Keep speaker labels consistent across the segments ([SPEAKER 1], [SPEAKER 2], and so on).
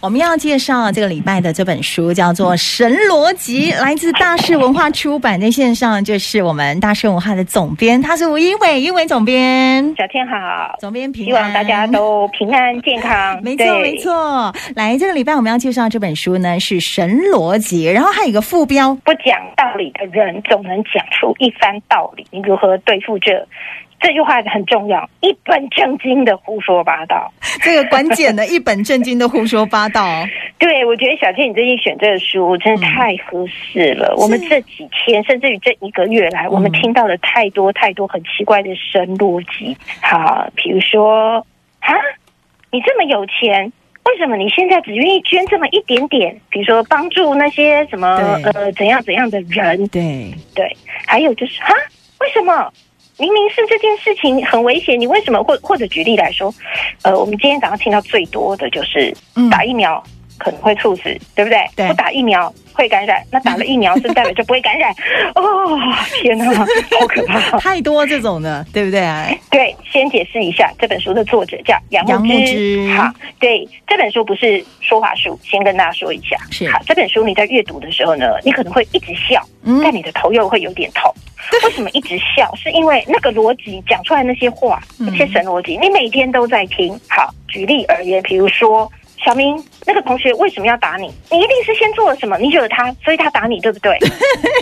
[SPEAKER 1] 我们要介绍这个礼拜的这本书，叫做《神逻辑》，来自大是文化出版。在线上就是我们大是文化的总编，他是吴英伟，英伟总编，
[SPEAKER 2] 小天好，
[SPEAKER 1] 总编平安，
[SPEAKER 2] 希望大家都平安健康。
[SPEAKER 1] 没错
[SPEAKER 2] 对
[SPEAKER 1] 没，错。来，这个礼拜我们要介绍这本书呢是《神逻辑》，然后还有一个副标
[SPEAKER 2] 不讲道理的人总能讲出一番道理，你如何对付这？这句话很重要，一本正经的胡说八道。
[SPEAKER 1] 这个关键的一本正经的胡说八 道。
[SPEAKER 2] 对，我觉得小天，你最近选这个书真的太合适了。我们这几天，甚至于这一个月来，我们听到了太多太多很奇怪的神逻辑。好，比如说，啊，你这么有钱，为什么你现在只愿意捐这么一点点？比如说帮助那些什么
[SPEAKER 1] 对
[SPEAKER 2] 呃怎样怎样的人，
[SPEAKER 1] 对，
[SPEAKER 2] 对，还有就是啊，为什么？明明是这件事情很危险，你为什么或或者举例来说，呃，我们今天早上听到最多的就是
[SPEAKER 1] 嗯
[SPEAKER 2] 打疫苗可能会猝死，对不对？
[SPEAKER 1] 对
[SPEAKER 2] 不打疫苗会感染，那打了疫苗是不是代表就不会 感染？哦，天哪，好可怕！
[SPEAKER 1] 太多这种的，对不对？
[SPEAKER 2] 对，先解释一下，这本书的作者叫杨
[SPEAKER 1] 杨
[SPEAKER 2] 牧
[SPEAKER 1] 牧之
[SPEAKER 2] 好，对，这本书不是说话术，先跟大家说一下。
[SPEAKER 1] 是
[SPEAKER 2] 好，这本书你在阅读的时候呢，你可能会一直笑，
[SPEAKER 1] 嗯
[SPEAKER 2] 但你的头又会有点痛。为什么一直笑？是因为那个逻辑讲出来那些话，
[SPEAKER 1] 嗯
[SPEAKER 2] 那些神逻辑，你每天都在听。好，举例而言，比如说小明那个同学为什么要打你？你一定是先做了什么，你惹他，所以他打你，对不对？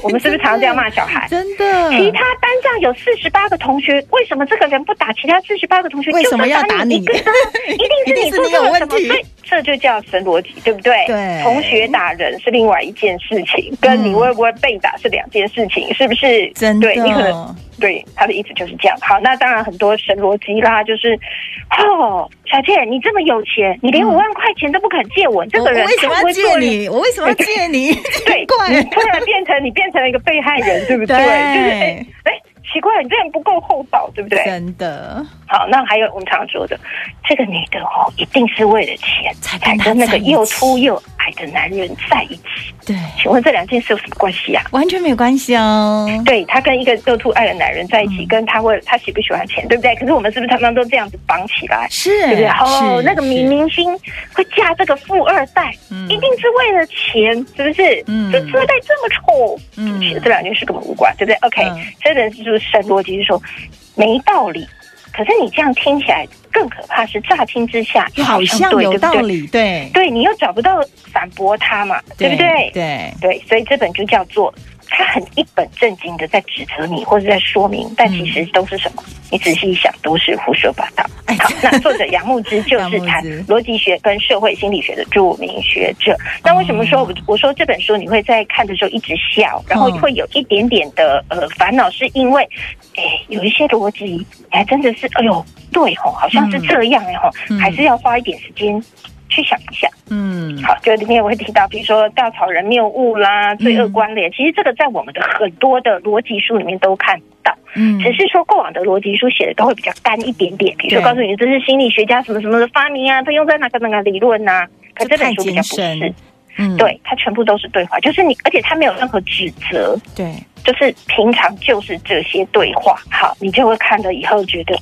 [SPEAKER 2] 我们是不是常常这样骂小孩？
[SPEAKER 1] 真的。
[SPEAKER 2] 其他班上有四十八个同学，为什么这个人不打其他四十八个同学？
[SPEAKER 1] 为什么要
[SPEAKER 2] 就算
[SPEAKER 1] 打
[SPEAKER 2] 打
[SPEAKER 1] 你
[SPEAKER 2] 一个呢？一定是你做错了什么？对，这就叫神逻辑，对不对？
[SPEAKER 1] 对
[SPEAKER 2] 同学打人是另外一件事情，跟你
[SPEAKER 1] 嗯
[SPEAKER 2] 会不会被打是两件事情，是不是？
[SPEAKER 1] 真的
[SPEAKER 2] 对你可能对他的意思就是这样。好，那当然很多神逻辑啦，就是哦，小倩你这么有钱，你连
[SPEAKER 1] 嗯
[SPEAKER 2] 五万块钱都不肯借我，你这
[SPEAKER 1] 我
[SPEAKER 2] 个人
[SPEAKER 1] 我为什么
[SPEAKER 2] 太
[SPEAKER 1] 要
[SPEAKER 2] 会
[SPEAKER 1] 借
[SPEAKER 2] 做人
[SPEAKER 1] 你？我为什么要借你？
[SPEAKER 2] 对，
[SPEAKER 1] 奇怪
[SPEAKER 2] 你突然变成你变成了一个被害人，对 不对？
[SPEAKER 1] 对
[SPEAKER 2] 就是哎哎，奇怪，你这人不够厚道，对不 对？
[SPEAKER 1] 真的。
[SPEAKER 2] 好，那还有我们常说的，这个女的哦，一定是为了钱
[SPEAKER 1] 才跟他
[SPEAKER 2] 才跟那个
[SPEAKER 1] 在一起
[SPEAKER 2] 又粗又矮的男人在一起。
[SPEAKER 1] 对，
[SPEAKER 2] 请问这两件事有什么关系啊？
[SPEAKER 1] 完全没有关系哦。
[SPEAKER 2] 对她跟一个又粗矮的男人在一起，
[SPEAKER 1] 嗯
[SPEAKER 2] 跟她为她喜不喜欢钱，对不对？可是我们是不是常常都这样子绑起来？
[SPEAKER 1] 是，
[SPEAKER 2] 对不对？哦
[SPEAKER 1] 嗯是，
[SPEAKER 2] 那个明，明星会嫁这个富二代，
[SPEAKER 1] 嗯
[SPEAKER 2] 一定是为了钱，是不是？
[SPEAKER 1] 嗯
[SPEAKER 2] 这富二代这么丑，
[SPEAKER 1] 嗯
[SPEAKER 2] 其实这两件事根本无关，对不对？OK，、
[SPEAKER 1] 嗯
[SPEAKER 2] 这人就是神逻辑，就是说没道理。可是你这样听起来更可怕，是乍听之下
[SPEAKER 1] 嗯
[SPEAKER 2] 又
[SPEAKER 1] 好
[SPEAKER 2] 像
[SPEAKER 1] 像
[SPEAKER 2] 对，
[SPEAKER 1] 有
[SPEAKER 2] 对不
[SPEAKER 1] 道
[SPEAKER 2] 对？
[SPEAKER 1] 理，对，
[SPEAKER 2] 对你又找不到反驳他嘛，对不对？
[SPEAKER 1] 对，
[SPEAKER 2] 对，所以这本就叫做他很一本正经的在指责你，或者在说明，但其实都是什么？你仔细一想，都是胡说八道。
[SPEAKER 1] 嗯哎
[SPEAKER 2] 好，那作者杨牧之就
[SPEAKER 1] 杨
[SPEAKER 2] 是
[SPEAKER 1] 牧之
[SPEAKER 2] 谈逻辑学跟社会心理学的著名学者。那为什么
[SPEAKER 1] 哦
[SPEAKER 2] 说我我说这本书你会在看的时候一直笑，然后
[SPEAKER 1] 嗯
[SPEAKER 2] 会有一点点的呃烦恼，是因为哎有一些逻辑你还真的是哎呦对吼，好像是这样哎吼，
[SPEAKER 1] 嗯
[SPEAKER 2] 还是要花一点时间去想一下。
[SPEAKER 1] 嗯，
[SPEAKER 2] 好，就里面我会提到，比如说稻草人谬误啦、罪恶
[SPEAKER 1] 嗯
[SPEAKER 2] 关联，其实这个在我们的很多的逻辑书里面都看到，
[SPEAKER 1] 嗯，
[SPEAKER 2] 只是说过往的逻辑书写的都会比较干一点点，比如说
[SPEAKER 1] 对
[SPEAKER 2] 告诉你这是心理学家什么什么的发明啊，它用在哪个哪个理论呐、可
[SPEAKER 1] 这太
[SPEAKER 2] 这本书比较
[SPEAKER 1] 艰
[SPEAKER 2] 不是
[SPEAKER 1] 深，，嗯，
[SPEAKER 2] 对，它全部都是对话，就是你，而且它没有任何指责，
[SPEAKER 1] 对，
[SPEAKER 2] 就是平常就是这些对话，好，你就会看了以后觉得，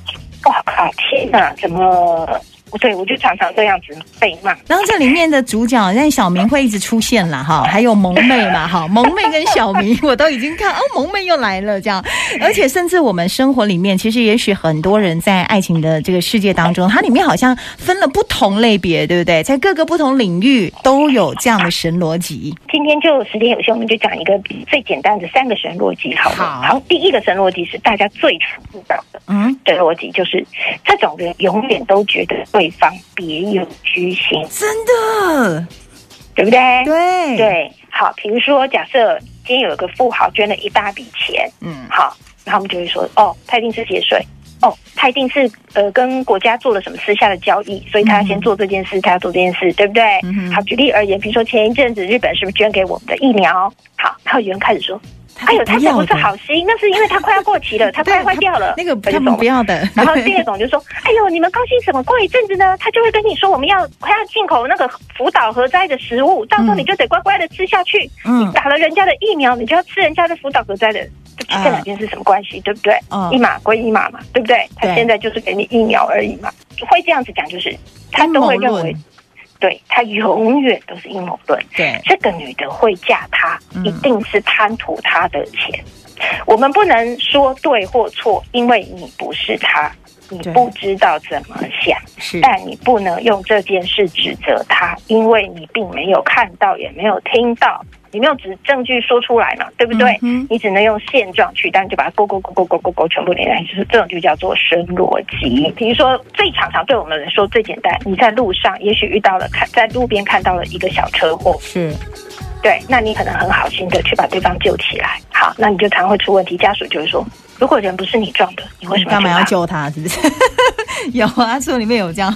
[SPEAKER 2] 哇靠，天哪，怎么？对，我就常常这样子被骂。
[SPEAKER 1] 然后这里面的主角，那小明会一直出现啦，哈，还有萌妹嘛，哈，萌妹跟小明我都已经看，哦，萌妹又来了这样，而且甚至我们生活里面，其实也许很多人在爱情的这个世界当中，它里面好像分了不同类别，对不对？在各个不同领域都有这样的神逻辑，
[SPEAKER 2] 今天就时间有限，我们就讲一个最简单的三个神逻辑好了。
[SPEAKER 1] 好
[SPEAKER 2] 第一个神逻辑是大家最常遇到的
[SPEAKER 1] 嗯，
[SPEAKER 2] 神逻辑，就是这种人永远都觉得对方别有居心，
[SPEAKER 1] 真的，
[SPEAKER 2] 对不对？
[SPEAKER 1] 对，
[SPEAKER 2] 对好，比如说假设今天有一个富豪捐了一大笔钱，
[SPEAKER 1] 嗯，
[SPEAKER 2] 好，然后我们就会说，哦，他一定是节税。哦，他一定是呃跟国家做了什么私下的交易，所以他要先做这件事，他要做这件事，对不对？
[SPEAKER 1] 嗯哼
[SPEAKER 2] 好，举例而言，比如说前一阵子日本是不是捐给我们的疫苗？好，然后有人开始说，哎呦，他才不
[SPEAKER 1] 要
[SPEAKER 2] 是
[SPEAKER 1] 的，
[SPEAKER 2] 好心，那是因为他快要过期 了，他快
[SPEAKER 1] 对
[SPEAKER 2] 坏掉了，
[SPEAKER 1] 那个
[SPEAKER 2] 我就
[SPEAKER 1] 他们
[SPEAKER 2] 走
[SPEAKER 1] 不
[SPEAKER 2] 了。
[SPEAKER 1] 要的，
[SPEAKER 2] 然后第二种就说：“哎呦，你们高兴什么？过一阵子呢，他就会跟你说我们要快要进口那个福岛核灾的食物，到时候
[SPEAKER 1] 嗯
[SPEAKER 2] 你就得乖乖的吃下去。
[SPEAKER 1] 嗯
[SPEAKER 2] 你打了人家的疫苗，你就要吃人家的福岛核灾的。”这
[SPEAKER 1] 啊
[SPEAKER 2] 这两件是什么关系，对不对？
[SPEAKER 1] 嗯
[SPEAKER 2] 一码归一码嘛，对不对？他
[SPEAKER 1] 对
[SPEAKER 2] 现在就是给你疫苗而已嘛，会这样子讲，就是他
[SPEAKER 1] 阴
[SPEAKER 2] 都
[SPEAKER 1] 谋
[SPEAKER 2] 会认
[SPEAKER 1] 论
[SPEAKER 2] 为，对他永远都是阴谋论。
[SPEAKER 1] 对，
[SPEAKER 2] 这个女的会嫁他，
[SPEAKER 1] 嗯
[SPEAKER 2] 一定是贪图他的钱。我们不能说对或错，因为你不是他，你
[SPEAKER 1] 对
[SPEAKER 2] 不知道怎么想，
[SPEAKER 1] 是，
[SPEAKER 2] 但你不能用这件事指责他，因为你并没有看到，也没有听到，你没有指证据说出来嘛，对不对？
[SPEAKER 1] 嗯哼
[SPEAKER 2] 你只能用现状去单，就把它勾勾勾勾勾勾勾全部连在一起，就是这种就叫做深逻辑。比如说，最常常对我们来说最简单，你在路上也许遇到了看在路边看到了一个小车祸，
[SPEAKER 1] 是，
[SPEAKER 2] 对，那你可能很好心的去把对方救起来，好，那你就常会出问题。家属就会说，如果人不是你撞的，你为
[SPEAKER 1] 哦你
[SPEAKER 2] 什么
[SPEAKER 1] 干嘛
[SPEAKER 2] 要
[SPEAKER 1] 要
[SPEAKER 2] 他？
[SPEAKER 1] 救他？是不 是？有啊，书里面有这样，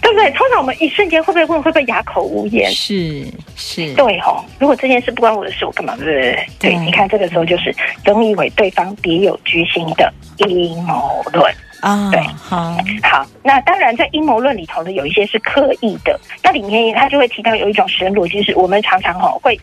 [SPEAKER 2] 对不对？通常我们一瞬间会不会问，会不会哑口无言？
[SPEAKER 1] 是是，
[SPEAKER 2] 对哦，如果这件事不关我的事，我干嘛？对不对？
[SPEAKER 1] 对
[SPEAKER 2] 对，你看这个时候就是总以为对方别有居心的阴谋论。
[SPEAKER 1] 啊
[SPEAKER 2] 对，
[SPEAKER 1] 好，
[SPEAKER 2] 好，那当然，在阴谋论里头呢，有一些是刻意的。那里面他就会提到有一种神逻辑，是我们常常哦会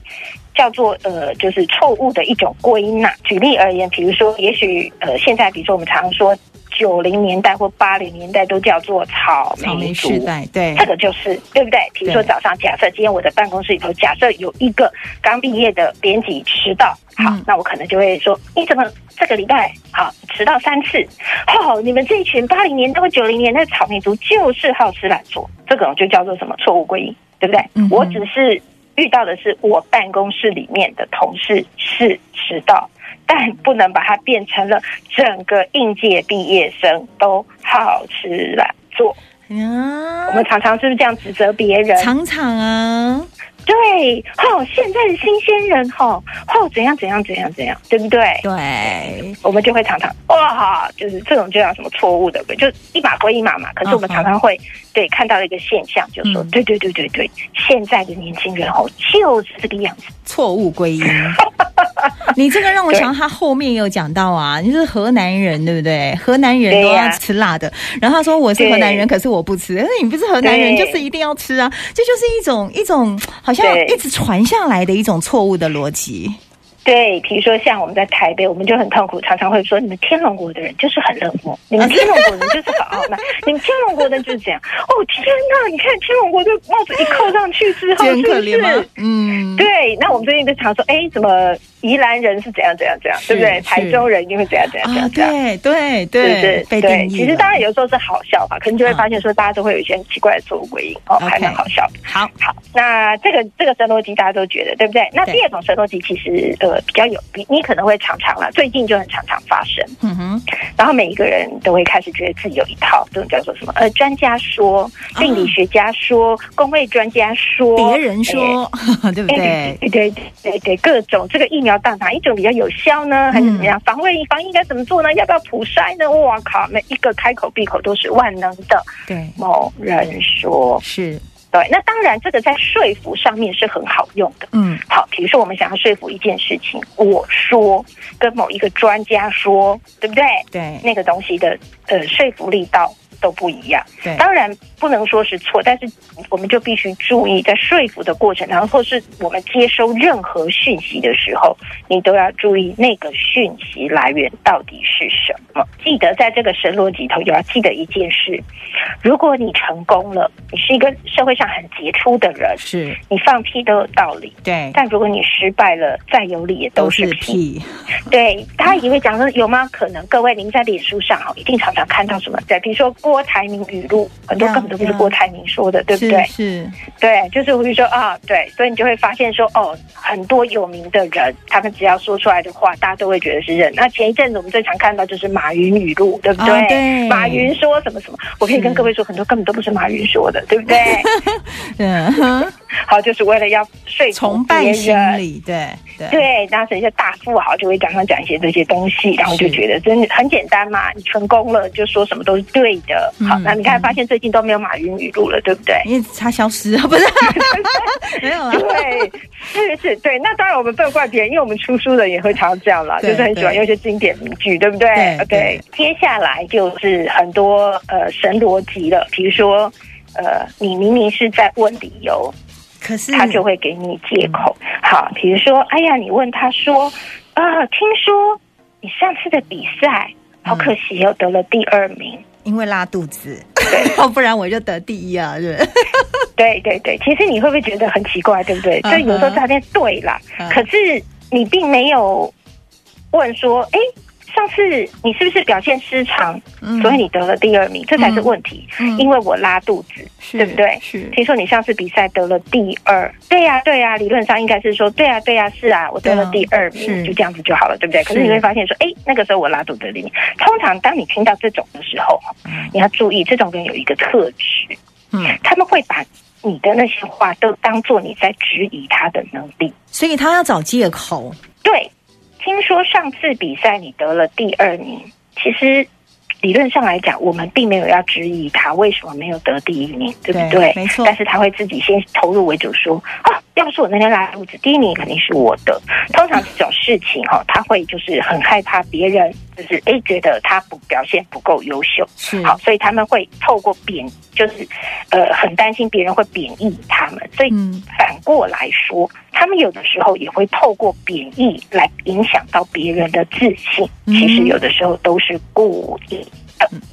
[SPEAKER 2] 叫做呃，就是错误的一种归纳。举例而言，比如说，也许呃，现在比如说我们常说九零年代或八零年代都叫做草
[SPEAKER 1] 草莓
[SPEAKER 2] 莓族
[SPEAKER 1] 世代，对啊
[SPEAKER 2] 这，个就是对不对？比如说
[SPEAKER 1] 对
[SPEAKER 2] 早上，假设今天我的办公室里头，假设有一个刚毕业的编辑迟到，好，
[SPEAKER 1] 嗯
[SPEAKER 2] 那我可能就会说，你怎么这个礼拜好迟到三次？哦，你们这一群八零年代或九零年代的草莓族就是好吃懒做，这种就叫做什么错误归因，对不对？
[SPEAKER 1] 嗯哼
[SPEAKER 2] 我只是遇到的是我办公室里面的同事是迟到。但不能把它变成了整个应届毕业生都好吃懒做，
[SPEAKER 1] 啊
[SPEAKER 2] 我，们常常是不是这样指责别人？
[SPEAKER 1] 常常啊，
[SPEAKER 2] 对，哦，现在的新鲜人，哦，哦，怎样怎样怎样怎样，对不对？
[SPEAKER 1] 对，
[SPEAKER 2] 我们就会常常哇，就是这种就叫什么错误的，就一码归一码嘛。可是我们
[SPEAKER 1] 嗯嗯
[SPEAKER 2] 常常会、对看到一个现象，就说、
[SPEAKER 1] 嗯
[SPEAKER 2] 对对对对对，现在的年轻人哦就是这个样子。
[SPEAKER 1] 错误归 因。你这个让我想到他后面有讲到啊，你是河南人对不对？河南人都
[SPEAKER 2] 对
[SPEAKER 1] 要
[SPEAKER 2] 呀
[SPEAKER 1] 吃辣的，然后他说我是河南人，可是我不吃。但是你不是河南人，就
[SPEAKER 2] 对
[SPEAKER 1] 是一定要吃啊！这就是一种一种好像
[SPEAKER 2] 对
[SPEAKER 1] 一直传下来的一种错误的逻辑。
[SPEAKER 2] 对，比如说像我们在台北，我们就很痛苦，常常会说你们天龙国的人就是很冷漠，你
[SPEAKER 1] 啊
[SPEAKER 2] 们天龙国人就是很傲慢，你们天龙国的人就是这样。哦天哪，你看天龙国这帽子一扣上去之
[SPEAKER 1] 这
[SPEAKER 2] 后，是
[SPEAKER 1] 很
[SPEAKER 2] 不
[SPEAKER 1] 可
[SPEAKER 2] 哦是？
[SPEAKER 1] 怜吗？嗯，
[SPEAKER 2] 对，那我们最近就常说，哎，怎么宜兰人是怎样怎样怎样，对不对
[SPEAKER 1] 嗯是？
[SPEAKER 2] 台中人一定会怎样怎样怎
[SPEAKER 1] 啊，
[SPEAKER 2] 样怎样。
[SPEAKER 1] 对对
[SPEAKER 2] 对
[SPEAKER 1] 对，被
[SPEAKER 2] 对，
[SPEAKER 1] 定
[SPEAKER 2] 其
[SPEAKER 1] 义
[SPEAKER 2] 实
[SPEAKER 1] 了。
[SPEAKER 2] 当然有时候是好笑吧，可能就会
[SPEAKER 1] 嗯
[SPEAKER 2] 发现说大家都会有一些很奇怪的错误归因哦，还蛮
[SPEAKER 1] OK
[SPEAKER 2] 好笑的。
[SPEAKER 1] 好，
[SPEAKER 2] 好，那这个这个神逻辑大家都觉得对不对？那
[SPEAKER 1] 对
[SPEAKER 2] 第二种神逻辑其实呃比较有，你你可能会常常啦，最近就很常常发生，
[SPEAKER 1] 嗯哼，
[SPEAKER 2] 然后每一个人都会开始觉得自己有一套这种叫做什么呃专家说、
[SPEAKER 1] 哦
[SPEAKER 2] 病理学家说、工位专家说、哎
[SPEAKER 1] 别人说对不对？
[SPEAKER 2] 对对对对，各种这个疫苗到哪一种比较有效呢？还
[SPEAKER 1] 嗯
[SPEAKER 2] 是怎么样？防卫防疫应该怎么做呢？要不要普筛呢？哇靠，每一个开口闭口都是万能的
[SPEAKER 1] 对，
[SPEAKER 2] 某人说。
[SPEAKER 1] 是，
[SPEAKER 2] 对，那当然这个在说服上面是很好用的。
[SPEAKER 1] 嗯
[SPEAKER 2] 好，比如说我们想要说服一件事情，我说跟某一个专家说，对不对？
[SPEAKER 1] 对
[SPEAKER 2] 那个东西的呃说服力道都不一样。
[SPEAKER 1] 对，
[SPEAKER 2] 当然不能说是错，但是我们就必须注意，在说服的过程，然后或是我们接收任何讯息的时候，你都要注意那个讯息来源到底是什么。记得在这个神逻辑头，也要记得一件事：如果你成功了，你是一个社会上很杰出的人，
[SPEAKER 1] 是，
[SPEAKER 2] 你放屁都有道理；
[SPEAKER 1] 对，
[SPEAKER 2] 但如果你失败了，再有理也都
[SPEAKER 1] 都
[SPEAKER 2] 是
[SPEAKER 1] 是
[SPEAKER 2] 屁。
[SPEAKER 1] 屁，
[SPEAKER 2] 对，他也会讲说有吗？可能各位您在脸书上哦，一定常常看到什么，对，比如说郭台铭语录，很多
[SPEAKER 1] 呀
[SPEAKER 2] 根本都不是
[SPEAKER 1] 呀
[SPEAKER 2] 郭台铭说的，对不对？
[SPEAKER 1] 是是，
[SPEAKER 2] 对，就是我就说啊，对，所以你就会发现说，哦，很多有名的人，他们只要说出来的话，大家都会觉得是认。那前一阵子我们最常看到就是马云语录，对不对？
[SPEAKER 1] 啊对
[SPEAKER 2] 马云说什么什么，我可以跟
[SPEAKER 1] 是
[SPEAKER 2] 各位说，很多根本都不是马云说的，对不对？
[SPEAKER 1] 嗯哼，
[SPEAKER 2] 好，就是为了要说服
[SPEAKER 1] 崇
[SPEAKER 2] 别
[SPEAKER 1] 拜心
[SPEAKER 2] 人。
[SPEAKER 1] 理，对对
[SPEAKER 2] 对，那这些大富豪就会常常讲一些这些东西，然后就是觉得真的很简单嘛，你成功了就说什么都是对的。好，
[SPEAKER 1] 嗯
[SPEAKER 2] 那你看发现最近都没有马云语录了，对不对？
[SPEAKER 1] 因为他消失了，不是 没有 啊，
[SPEAKER 2] 对，是是，对。那当然我们不能怪别人，因为我们出书的也会常常这样啦，就
[SPEAKER 1] 对
[SPEAKER 2] 是很喜欢
[SPEAKER 1] 对
[SPEAKER 2] 用一些经典名句，对不对？
[SPEAKER 1] 对对
[SPEAKER 2] 接下来就是很多呃神逻辑了，比如说。呃，你明明是在问理由，
[SPEAKER 1] 可是
[SPEAKER 2] 他就会给你借
[SPEAKER 1] 嗯
[SPEAKER 2] 口。好，比如说，哎呀，你问他说，啊，听说
[SPEAKER 1] 嗯
[SPEAKER 2] 哦你上次的比赛好可惜又得了第二名。
[SPEAKER 1] 因为拉肚子，要 不然我就得第一啊， 是不是？
[SPEAKER 2] 对对对，其实你会不会觉得很奇怪，对不对？
[SPEAKER 1] 嗯哼
[SPEAKER 2] 所以有时候诈骗对啦
[SPEAKER 1] 嗯，
[SPEAKER 2] 可是你并没有问说，哎，上次你是不是表现失常，
[SPEAKER 1] 嗯
[SPEAKER 2] 所以你得了第二名，这才是问题。
[SPEAKER 1] 嗯
[SPEAKER 2] 因为我拉肚子，
[SPEAKER 1] 是
[SPEAKER 2] 对不对？
[SPEAKER 1] 是
[SPEAKER 2] 听说你上次比赛得了第二，对呀、对呀、理论上应该是说，对呀、对呀、是啊，我得了第二
[SPEAKER 1] 对啊
[SPEAKER 2] 名，
[SPEAKER 1] 是
[SPEAKER 2] 就这样子就好了，对不对？可是
[SPEAKER 1] 是
[SPEAKER 2] 你会发现说，哎，那个时候我拉肚子里面，通常当你听到这种的时候，你要注意，这种人有一个特质，
[SPEAKER 1] 嗯，
[SPEAKER 2] 他们会把你的那些话都当做你在质疑他的能力。
[SPEAKER 1] 所以他要找借口，
[SPEAKER 2] 对，听说上次比赛你得了第二名，其实理论上来讲，我们并没有要质疑他为什么没有得第一名，对不
[SPEAKER 1] 对
[SPEAKER 2] 对？
[SPEAKER 1] 没错
[SPEAKER 2] 但是他会自己先投入为主说，哦，要是我那天拉肚子，第一名肯定是我 的。通常这种事情哈、哦，他会就是很害怕别人，就是诶觉得他不表现不够优秀，
[SPEAKER 1] 是
[SPEAKER 2] 好，所以他们会透过贬，就是呃，很担心别人会贬义他们，所以
[SPEAKER 1] 嗯
[SPEAKER 2] 反过来说，他们有的时候也会透过贬义来影响到别人的自信，
[SPEAKER 1] 嗯
[SPEAKER 2] 其实有的时候都是故意。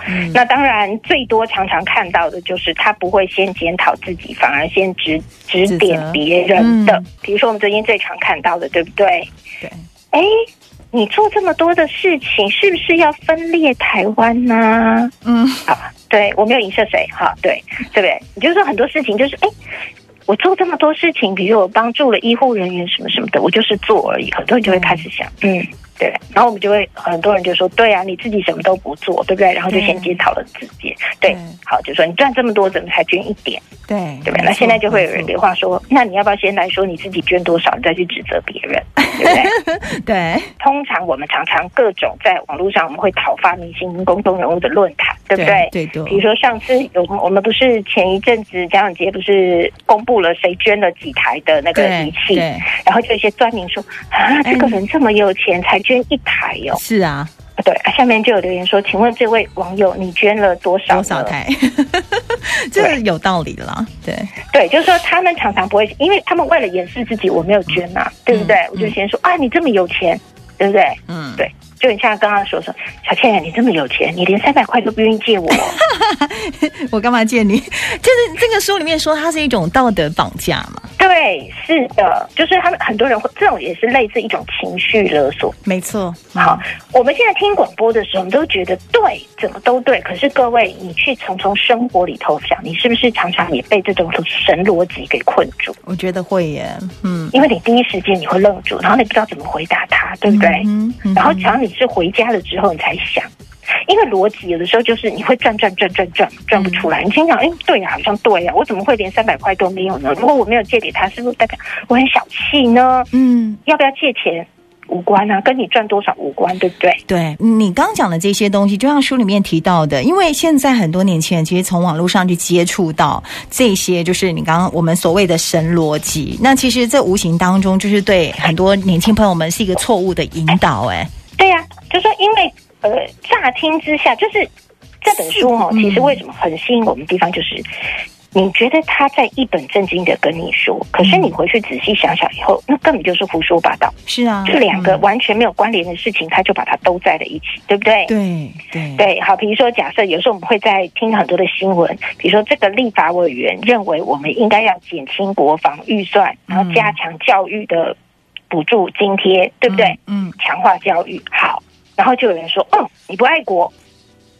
[SPEAKER 1] 嗯
[SPEAKER 2] 那当然，最多常常看到的就是他不会先检讨自己，反而先指指
[SPEAKER 1] 指责
[SPEAKER 2] 点别人的。
[SPEAKER 1] 嗯
[SPEAKER 2] 比如说，我们最近最常看到的，对不对？
[SPEAKER 1] 对，
[SPEAKER 2] 哎，你做这么多的事情，是不是要分裂台湾呢、
[SPEAKER 1] 嗯
[SPEAKER 2] 啊，对我没有影射谁哈，对，对不对？你就是说很多事情就是，哎，我做这么多事情，比如我帮助了医护人员什么什么的，我就是做而已。很多人就会开始想，嗯，对，然后我们就会很多人就说，对啊，你自己什么都不做，对不对？然后就先检讨了自己，对
[SPEAKER 1] 对，
[SPEAKER 2] 好，就说你赚这么多，怎么才捐一点，
[SPEAKER 1] 对
[SPEAKER 2] 对不
[SPEAKER 1] 没
[SPEAKER 2] 对？那
[SPEAKER 1] 错
[SPEAKER 2] 现在就会有人
[SPEAKER 1] 没
[SPEAKER 2] 留话说，那你要不要先来说你自己捐多少，你再去指责别 人，对不对？
[SPEAKER 1] 错对
[SPEAKER 2] 通常我们常常各种在网络上，我们会讨伐明星、公众人物的论坛，对不对？
[SPEAKER 1] 对对
[SPEAKER 2] 比如说上次有我们不是前一阵子家长节不是公布了谁捐了几台的那个
[SPEAKER 1] 对
[SPEAKER 2] 仪器，
[SPEAKER 1] 对哎
[SPEAKER 2] 然后就有一些专民说啊，这个人这么有钱才捐一台哟、哦。
[SPEAKER 1] 是啊，
[SPEAKER 2] 对，啊下面就有留言说，请问这位网友你捐了多少？
[SPEAKER 1] 多少？台， 这个有道理啦，对
[SPEAKER 2] 对，就是说他们常常不会，因为他们为了掩饰自己我没有捐呐、对不对？
[SPEAKER 1] 嗯
[SPEAKER 2] 我就先说啊，你这么有钱，对不对？
[SPEAKER 1] 嗯
[SPEAKER 2] 对，就你像刚刚说说，小倩，啊你这么有钱，你连三百块都不愿意借我，
[SPEAKER 1] 我干嘛借你？ 就是这个书里面说它是一种道德绑架嘛，
[SPEAKER 2] 对，是的，就是他们很多人会这种也是类似一种情绪勒索。
[SPEAKER 1] 没错，
[SPEAKER 2] 好，我们现在听广播的时候，我们都觉得对，怎么都对。可是各位，你去从从生活里头想，你是不是常常也被这种神逻辑给困住？
[SPEAKER 1] 我觉得会耶，嗯，
[SPEAKER 2] 因为你第一时间你会愣住，然后你不知道怎么回答他，对不对？
[SPEAKER 1] 嗯哼，嗯哼
[SPEAKER 2] 然后只要你是回家了之后，你才想。因为逻辑有的时候就是你会转转转转转转不
[SPEAKER 1] 嗯
[SPEAKER 2] 出来，你心想，哎，对呀、好像对呀、我怎么会连三百块都没有呢？如果我没有借给他，是不是代表我很小气呢？
[SPEAKER 1] 嗯。
[SPEAKER 2] 要不要借钱无关啊，跟你赚多少无关，对不对？
[SPEAKER 1] 对你刚讲的这些东西，就像书里面提到的，因为现在很多年轻人其实从网络上去接触到这些，就是你刚刚我们所谓的神逻辑，那其实这无形当中就是对很多年轻朋友们是一个错误的引导、哎，
[SPEAKER 2] 对呀、就说因为呃，乍听之下就是这本书哦，
[SPEAKER 1] 嗯
[SPEAKER 2] 其实为什么很吸引我们的地方就是。你觉得他在一本正经的跟你说，可是你回去仔细想想以后，那根本就是胡说八道。
[SPEAKER 1] 是啊，
[SPEAKER 2] 这两个
[SPEAKER 1] 嗯
[SPEAKER 2] 完全没有关联的事情，他就把它都在了一起，对不对？
[SPEAKER 1] 对对
[SPEAKER 2] 对，好，比如说，假设有时候我们会在听很多的新闻，比如说这个立法委员认为我们应该要减轻国防预算，然
[SPEAKER 1] 嗯
[SPEAKER 2] 后加强教育的补助津贴，对不对？
[SPEAKER 1] 嗯，
[SPEAKER 2] 强化教育，好，然后就有人说，哦，你不爱国，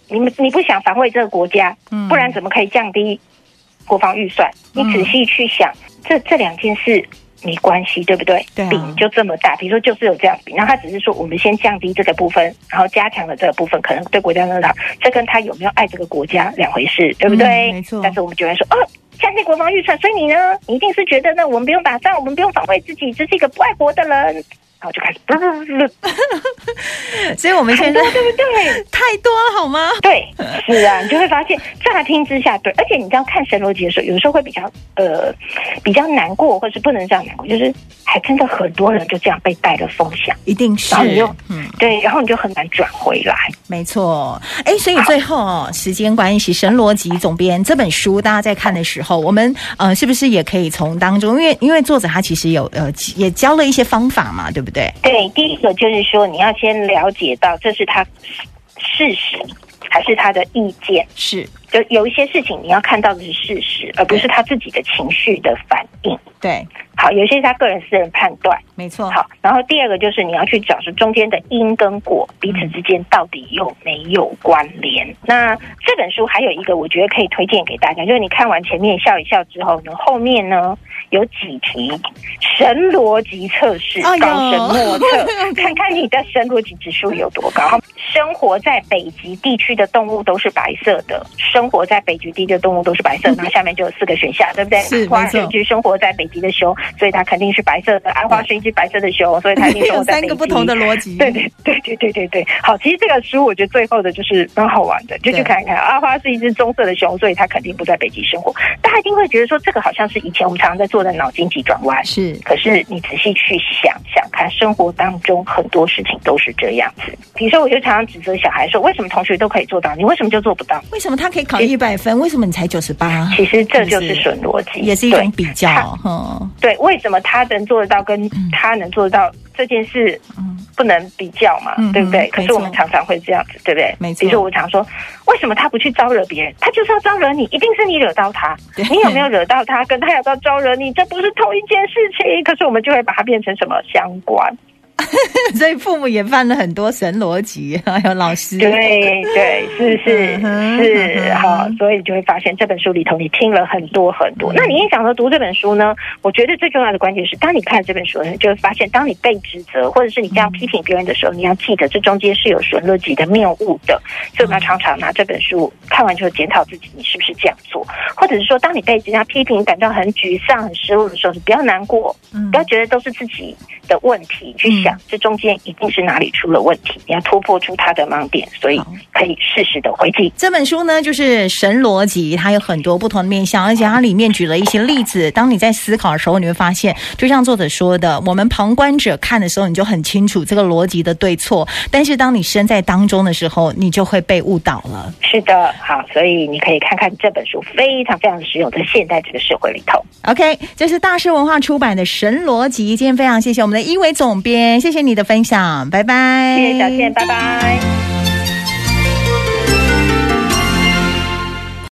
[SPEAKER 2] 你们你不想防卫这个国家，
[SPEAKER 1] 嗯
[SPEAKER 2] 不然怎么可以降低国防预算？你
[SPEAKER 1] 嗯
[SPEAKER 2] 仔细去想，这这两件事没关系，对不对？
[SPEAKER 1] 对啊
[SPEAKER 2] 饼就这么大，比如说就是有这样饼，那他只是说我们先降低这个部分，然后加强了这个部分，可能对国家更好，这跟他有没有爱这个国家两回事，对不对？
[SPEAKER 1] 嗯没错
[SPEAKER 2] 但是我们就会说，哦。降低国防预算，所以你呢？你一定是觉得呢，我们不用打仗，我们不用防卫自己，这是一个不爱国的人，然后就开始，
[SPEAKER 1] 所以我们现
[SPEAKER 2] 很
[SPEAKER 1] 在
[SPEAKER 2] 多对不对？
[SPEAKER 1] 太多了好吗？
[SPEAKER 2] 对，是啊，你就会发现乍听之下对，而且你这样看神逻辑的时候，有时候会比较呃比较难过，或是不能这样难过，就是还真的很多人就这样被带了风向，
[SPEAKER 1] 一定是
[SPEAKER 2] 然后你就，
[SPEAKER 1] 嗯，
[SPEAKER 2] 对，然后你就很难转回来。
[SPEAKER 1] 没错。哎，所以最后哦，时间关系，《神逻辑》总编这本书，大家在看的时候，我们呃，是不是也可以从当中，因为因为作者他其实有呃也教了一些方法嘛，对不对？
[SPEAKER 2] 对，第一个就是说你要先了解到这是他事实。还是他的意见。
[SPEAKER 1] 是
[SPEAKER 2] 就有一些事情你要看到的是事实，而不是他自己的情绪的反应。
[SPEAKER 1] 对，
[SPEAKER 2] 好，有一些是他个人私人判断。
[SPEAKER 1] 没错。
[SPEAKER 2] 好，然后第二个就是你要去找出中间的因跟果彼此之间到底有没有关联。那这本书还有一个我觉得可以推荐给大家，就是你看完前面笑一笑之后呢，后面呢有几题神逻辑测试，
[SPEAKER 1] 哎呦
[SPEAKER 2] 高神莫测，看看你的神逻辑指数有多高。生活在北极地区的动物都是白色的，生活在北极地区的动物都是白色的，然后下面就有四个选项，对不对？
[SPEAKER 1] 嗯是没错
[SPEAKER 2] 花水居生活在北极的熊，所以它肯定是白色的；安花是一只白色 的熊，所以它一定生活
[SPEAKER 1] 有
[SPEAKER 2] 在
[SPEAKER 1] 三
[SPEAKER 2] 北
[SPEAKER 1] 个
[SPEAKER 2] 极。
[SPEAKER 1] 不同的逻辑。
[SPEAKER 2] 对对对对对对对，好，其实这个书我觉得最后的就是蛮好玩的，就去
[SPEAKER 1] 对
[SPEAKER 2] 看一看。阿花是一只棕色的熊，所以它肯定不在北极生活。大家一定会觉得说，这个好像是以前我们常常在做的脑筋急转弯。
[SPEAKER 1] 是
[SPEAKER 2] 可是你仔细去想想看，生活当中很多事情都是这样子。比如说，我就常常指责小孩说，为什么同学都可以做到，你为什么就做不到？
[SPEAKER 1] 为什么他可以考一百分，为什么你才九十八？
[SPEAKER 2] 其实这就是
[SPEAKER 1] 是不是
[SPEAKER 2] 损逻辑，
[SPEAKER 1] 也是一
[SPEAKER 2] 对
[SPEAKER 1] 种比较，哈，
[SPEAKER 2] 对，为什么他能做得到，跟他能做得到这件事
[SPEAKER 1] 嗯，
[SPEAKER 2] 不能比较嘛，
[SPEAKER 1] 嗯
[SPEAKER 2] 对不
[SPEAKER 1] 嗯
[SPEAKER 2] 对？可
[SPEAKER 1] 没
[SPEAKER 2] 是
[SPEAKER 1] 错
[SPEAKER 2] 我们常常会这样子，对不对？
[SPEAKER 1] 没错
[SPEAKER 2] 比如说我常说，为什么他不去招惹别人？他就是要招惹你，一定是你惹到他。
[SPEAKER 1] 对
[SPEAKER 2] 你有没有惹到他？跟他有到招惹你，这不是同一件事情。可是我们就会把它变成什么相关？
[SPEAKER 1] 所以父母也犯了很多神逻辑，还有老师。
[SPEAKER 2] 对对，是是
[SPEAKER 1] 嗯哼
[SPEAKER 2] 是，
[SPEAKER 1] 嗯哼嗯
[SPEAKER 2] 好，所以你就会发现这本书里头你听了很多很多。那你也想说读这本书呢？我觉得最重要的关键是，当你看这本书的时候，你就会发现，当你被指责或者是你这样批评别人的时候，你要记得这中间是有神逻辑的谬误的。所以我们要常常拿这本书看完之后检讨自己，你是不是这样做？或者是说，当你被人家批评感到很沮丧、很失落的时候，你不要难过，
[SPEAKER 1] 嗯
[SPEAKER 2] 不要觉得都是自己的问题，去想这中间一定是哪里出了问题，你要突破出它的盲点，所以
[SPEAKER 1] 好
[SPEAKER 2] 可以适时的回击。
[SPEAKER 1] 这本书呢，就是神逻辑，它有很多不同的面向，而且它里面举了一些例子。当你在思考的时候，你会发现，就像作者说的，我们旁观者看的时候，你就很清楚这个逻辑的对错；但是当你身在当中的时候，你就会被误导了。
[SPEAKER 2] 是的，好，所以你可以看看这本书，非常非常实用，在现代这个社会里头。
[SPEAKER 1] OK，这是大师文化出版的《神逻辑》，今天非常谢谢我们的一维总编，谢谢你的分享，拜拜。
[SPEAKER 2] 谢谢小倩，拜拜。